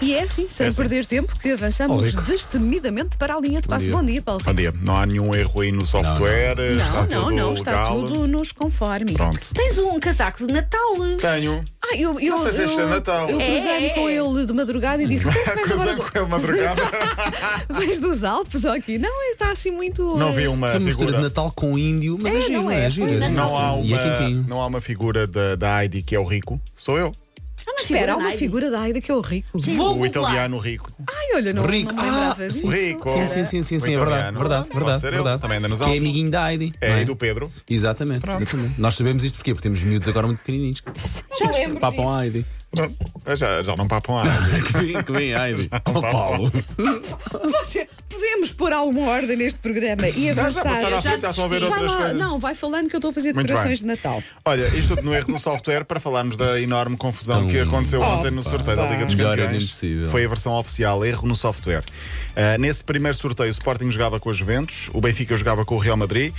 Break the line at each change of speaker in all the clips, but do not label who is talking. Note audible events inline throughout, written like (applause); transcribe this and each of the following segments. E é assim, sem
É assim.
perder tempo, que avançamos
Oh, Rico.
destemidamente para a linha de passo.
dia.
Bom dia, Paulo.
Bom dia. Não há nenhum erro aí no software. está
Não, não,
tudo
não, está
legal.
tudo nos conforme. (laughs)
Pronto.
Tens um casaco de Natal.
Tenho.
Ah, eu, eu,
sei se
eu,
este é Natal.
eu
É,
cruzei-me
é.
com ele de madrugada e
(laughs)
disse: "Quem se vais agora?
Casaco é
(laughs)
uma madrugada.
do- Vais dos Alpes ou aqui? Não, está assim muito.
Não um
eh,
vi uma
Essa mistura de
É figura.
Natal com índio, mas
É,
é, giro,
não
não
é?
é? giro,
Pois
é
é.
giro.
Não há,
E é
uma,
quentinho.
não há uma figura da, da Heidi que é o rico. Sou eu.
Espera, há uma
Ai,
figura da Aida que é o rico.
Vou
o
googlar.
italiano rico.
Ai, olha, não,
Rico.
não me lembrava
Ah,
disso.
sim,
Rico.
Sim, sim, sim, sim, sim, é
Muito
verdade,
bem,
verdade,
não? Pode
verdade,
ser eu,
verdade.
também anda nos
que é
altos.
amiguinho da Heidi.
É,
não
e do Pedro.
Exatamente, exatamente. Nós sabemos isto porquê? Porque temos miúdos agora muito pequenininhos que
Já lembro.
papam
disso.
(laughs)
a Heidi.
Pronto. Já, já não papam a Heidi.
Que vem, que vem a (laughs) Heidi. Ó Oh, Paulo.
Você, podemos pôr alguma ordem neste programa e
Já, já
avançar.
passaram à
já
frente, já estão a ver
desisti.
Vai
outras
lá,
coisas.
não, vai falando que eu estou a fazer
Muito
decorações de
bem.
Natal.
Olha, isto tudo no erro no software para falarmos da enorme confusão
Tão
que
lindo.
aconteceu ontem no
Opa.
sorteio da Liga dos
Melhor era
Campeões.
impossível.
Foi a versão oficial, erro no software. Ah, nesse primeiro sorteio, o Sporting jogava com a Juventus, o Benfica jogava com o Real Madrid.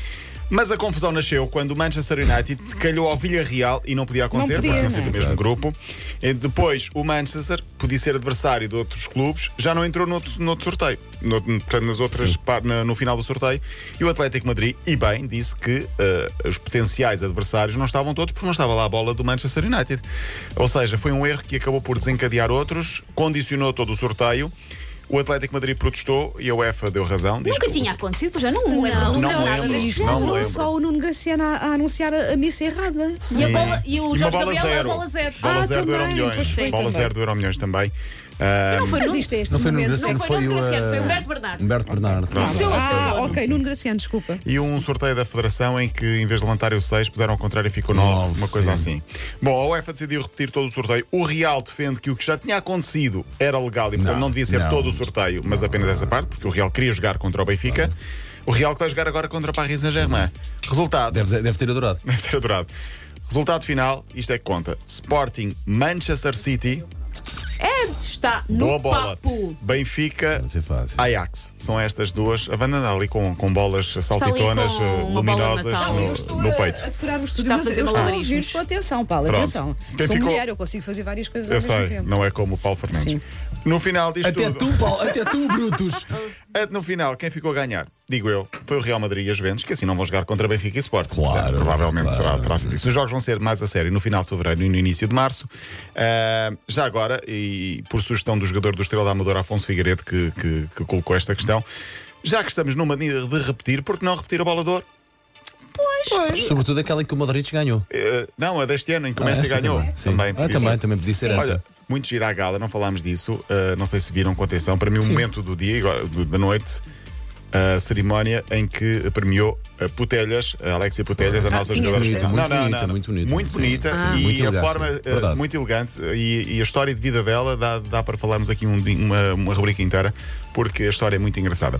Mas a confusão nasceu quando o Manchester United calhou ao Villarreal e não podia acontecer,
Não podia,
porque tinha
não é?
sido o mesmo um grupo. E depois, o Manchester, que podia ser adversário de outros clubes, já não entrou no outro, sorteio, no, portanto, nas outras, par- na- no final do sorteio. E o Atlético Madrid, e bem, disse que eh, os potenciais adversários não estavam todos porque não estava lá a bola do Manchester United. Ou seja, foi um erro que acabou por desencadear outros, condicionou todo o sorteio. O Atlético Madrid protestou e a UEFA deu razão. Diz
Nunca
que-
tinha acontecido, já não me lembro.
não
Nunca
me
nada
lembro,
disto.
não me
Não,
lembro.
só o Nuno Graciano a, a anunciar a, a missa errada.
E, a bola, e o
uma
Jorge
bola
Gabriel é a
zero.
bola zero.
Bola
Ah,
zero do
também,
Euro Milhões.
pois foi
Bola
também.
zero do Euro Milhões também. Ah,
Não foi
Mas
Nuno.
isto é estes
Não foi Nuno
momentos.
Graciano,
Não foi
foi
Nuno
o.
Graciano, foi
eh,
o Humberto Bernardo.
Humberto Bernardo.
Ah, ok, Nuno Graciano, desculpa.
E um sorteio da Federação em que, em vez de levantar o 6, puseram ao contrário e ficou 9,
Nove,
uma coisa
sim.
assim. Bom, a UEFA decidiu repetir todo o sorteio. O Real defende que o que já tinha acontecido era legal e, portanto, não,
Não,
devia ser
não.
todo o sorteio, mas apenas essa parte, porque o Real queria jogar contra o Benfica. O Real que vai jogar agora contra o Paris Saint-Germain. Resultado.
Deve, deve ter adorado.
(laughs) Deve ter adorado. Resultado final, isto é que conta. Sporting Manchester City,
É, está
boa
no
bola.
papo.
Benfica
Vai ser fácil.
Ajax. São estas duas. A Wanda anda ali com, com bolas saltitonas,
ali com
eh,
uma bola
luminosas
Natal.
no,
Não, eu
no
a,
peito.
a decorar o estúdio,
Está a
mas eu
fazer
estou a
malabarismos.
ouvir com atenção, Paulo,
Pronto.
atenção.
Quem
Sou
ficou-
mulher, eu consigo fazer várias coisas
Eu
ao mesmo
sei,
tempo.
não é como o Paulo Fernandes.
Sim.
No final disto
Até
tudo,
tu, Paulo, até tu, Brutus.
eh, no final, quem ficou a ganhar, digo eu, foi o Real Madrid e as Juventus, que assim não vão jogar contra Benfica e Sporting.
Claro,
Portanto, provavelmente
claro.
será, terá sido isso. Os jogos vão ser mais a sério no final de fevereiro e no início de março. Ah, já agora, e por sugestão do jogador do Estrela da Amadora, Afonso Figueiredo, que, que- que colocou esta questão, já que estamos numa de de repetir, por que não repetir a bola de Ouro?
Sobretudo aquela em que o Modric ganhou.
Eh, não, a deste ano, em que o Messi
essa
ganhou.
Ah, Também, sim. Ah,
podia ser.
também, também podia ser
Olha,
essa.
muito gira a gala, não falámos disso. uh, não sei se viram com atenção. Para mim, o momento do dia, igual- do- da noite, a cerimónia em que premiou a Putelhas, a Alexia Putelhas, a nossa
tinha
jogadora.
bonita,
muito Ah, bonita, muito bonita.
Muito
Sim.
bonita
Ah.
e
Muito
a
elegância,
forma uh,
verdade.
muito elegante e, e a história de vida dela dá, dá para falarmos aqui um di- uma, uma rubrica inteira, porque a história é muito engraçada.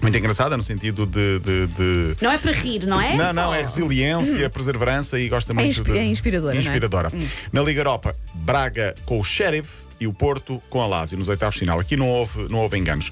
Muito engraçada no sentido de- de- de
Não é para rir, não é?
não, não,
Só-
é resiliência, perseverança e gosta muito
inspi-
de-
é inspiradora, não é?
Inspiradora. Na Liga Europa, Braga com o Sheriff e o Porto com a Lazio nos oitavos de final. Aqui não houve, não houve enganos.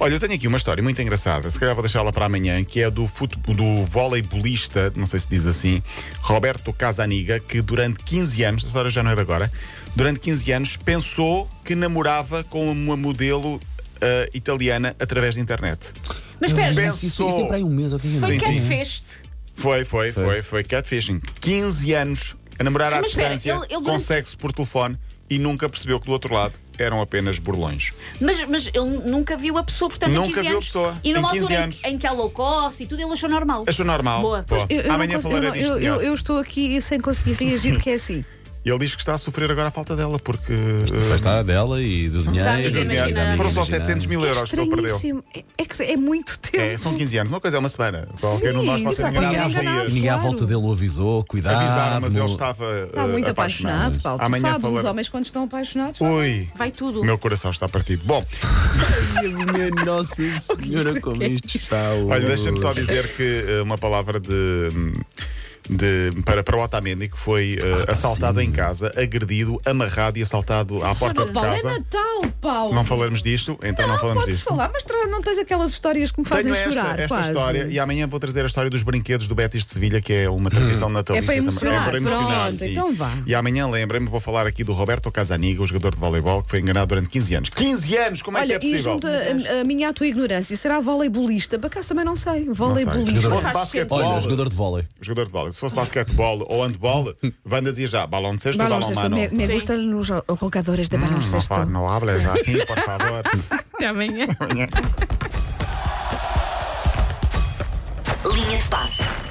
Olha, eu tenho aqui uma história muito engraçada, se calhar vou deixá-la para amanhã, que é do futebol, do voleibolista, não sei se diz assim, Roberto Casaniga, que durante 15 anos, a história já não é de agora, durante 15 anos pensou que namorava com uma modelo ah, italiana através da internet.
Mas espera,
Penso-
Isso, isso, isso é para aí um mês, ok?
foi
Sim,
quem
sim.
fez-te?
Foi, foi, foi, foi, catfishing. 15 anos a namorar à
Mas espera,
distância,
ele- ele
com
durante-
sexo por telefone e nunca percebeu que do outro lado eram apenas burlões.
Mas, mas ele nunca viu a pessoa, portanto, em
Nunca
15
viu a
anos.
pessoa,
E numa
em 15
altura em-
anos.
em que há low cost e tudo, ele achou normal.
Achou normal.
Boa.
Boa.
Eu- eu não
Amanhã
consigo-
falarei
eu não-
disto.
eu-
melhor.
eu- eu estou aqui sem conseguir reagir, porque é assim.
E ele diz que está a sofrer agora a falta dela, porque.
Vai
eh,
estar dela e do dinheiro.
amiga
e da
imaginária.
amiga
Foram só
imaginária.
700 (laughs) mil
É
euros que ele perdeu.
estranhíssimo. É, é que é muito tempo.
É, são 15 anos, uma coisa é uma semana. Só
Sim,
quem não nós pode
isso
ser
é
enganado
para
há
ser enganado.
E
dias.
ninguém à
Claro.
volta dele o avisou, cuidado.
Avisaram, mas ele
mo-
estava.
Está muito apaixonado, Paulo. Tu
eh, Amanhã
sabes, os
falarei-
homens quando estão apaixonados. fazem-
Ui,
Vai tudo.
o meu coração está partido. Bom,
Minha (laughs) Nossa Senhora, como é isto está.
Olha, deixa-me só dizer que eh, uma palavra de. hum, de- para, para o Otamendi, que foi
Ah,
eh, assaltado em casa, agredido, amarrado e assaltado à porta
Oh,
de
Paulo, é
casa.
Natal, Paulo.
Não falarmos disto, então não,
Ah,
falamos
podes
disto.
falar, mas tra- não tens aquelas histórias que me fazem
Tenho esta,
chorar,
esta
quase.
história e amanhã vou trazer a história dos brinquedos do Betis de Sevilha, que é uma
Hum.
tradição
É
natalícia
para
também.
emocionar, pronto,
sim.
então vá.
E amanhã lembrem-me, vou falar aqui do Roberto Casaniga, o jogador de voleibol que foi enganado durante 15 anos. 15 anos, como é
Olha,
que é
e
possível?
junta a, a minha à tua ignorância, será voleibolista? Para cá também não sei.
Se
Voleibolista.
fosse
Faz
basquetebol,
Olha, jogador de vôlei.
jogador de vôlei. Se fosse basquetebol ou (laughs) handball, Wanda dizia já, balão de cesto ou
Balón
balão
sexto.
mano.
Me, me
Sim.
gustan los jugadores de balón
Hum, Não,
sexto.
fa- não hables assim, por favor.
Até amanhã.
Linha de passe.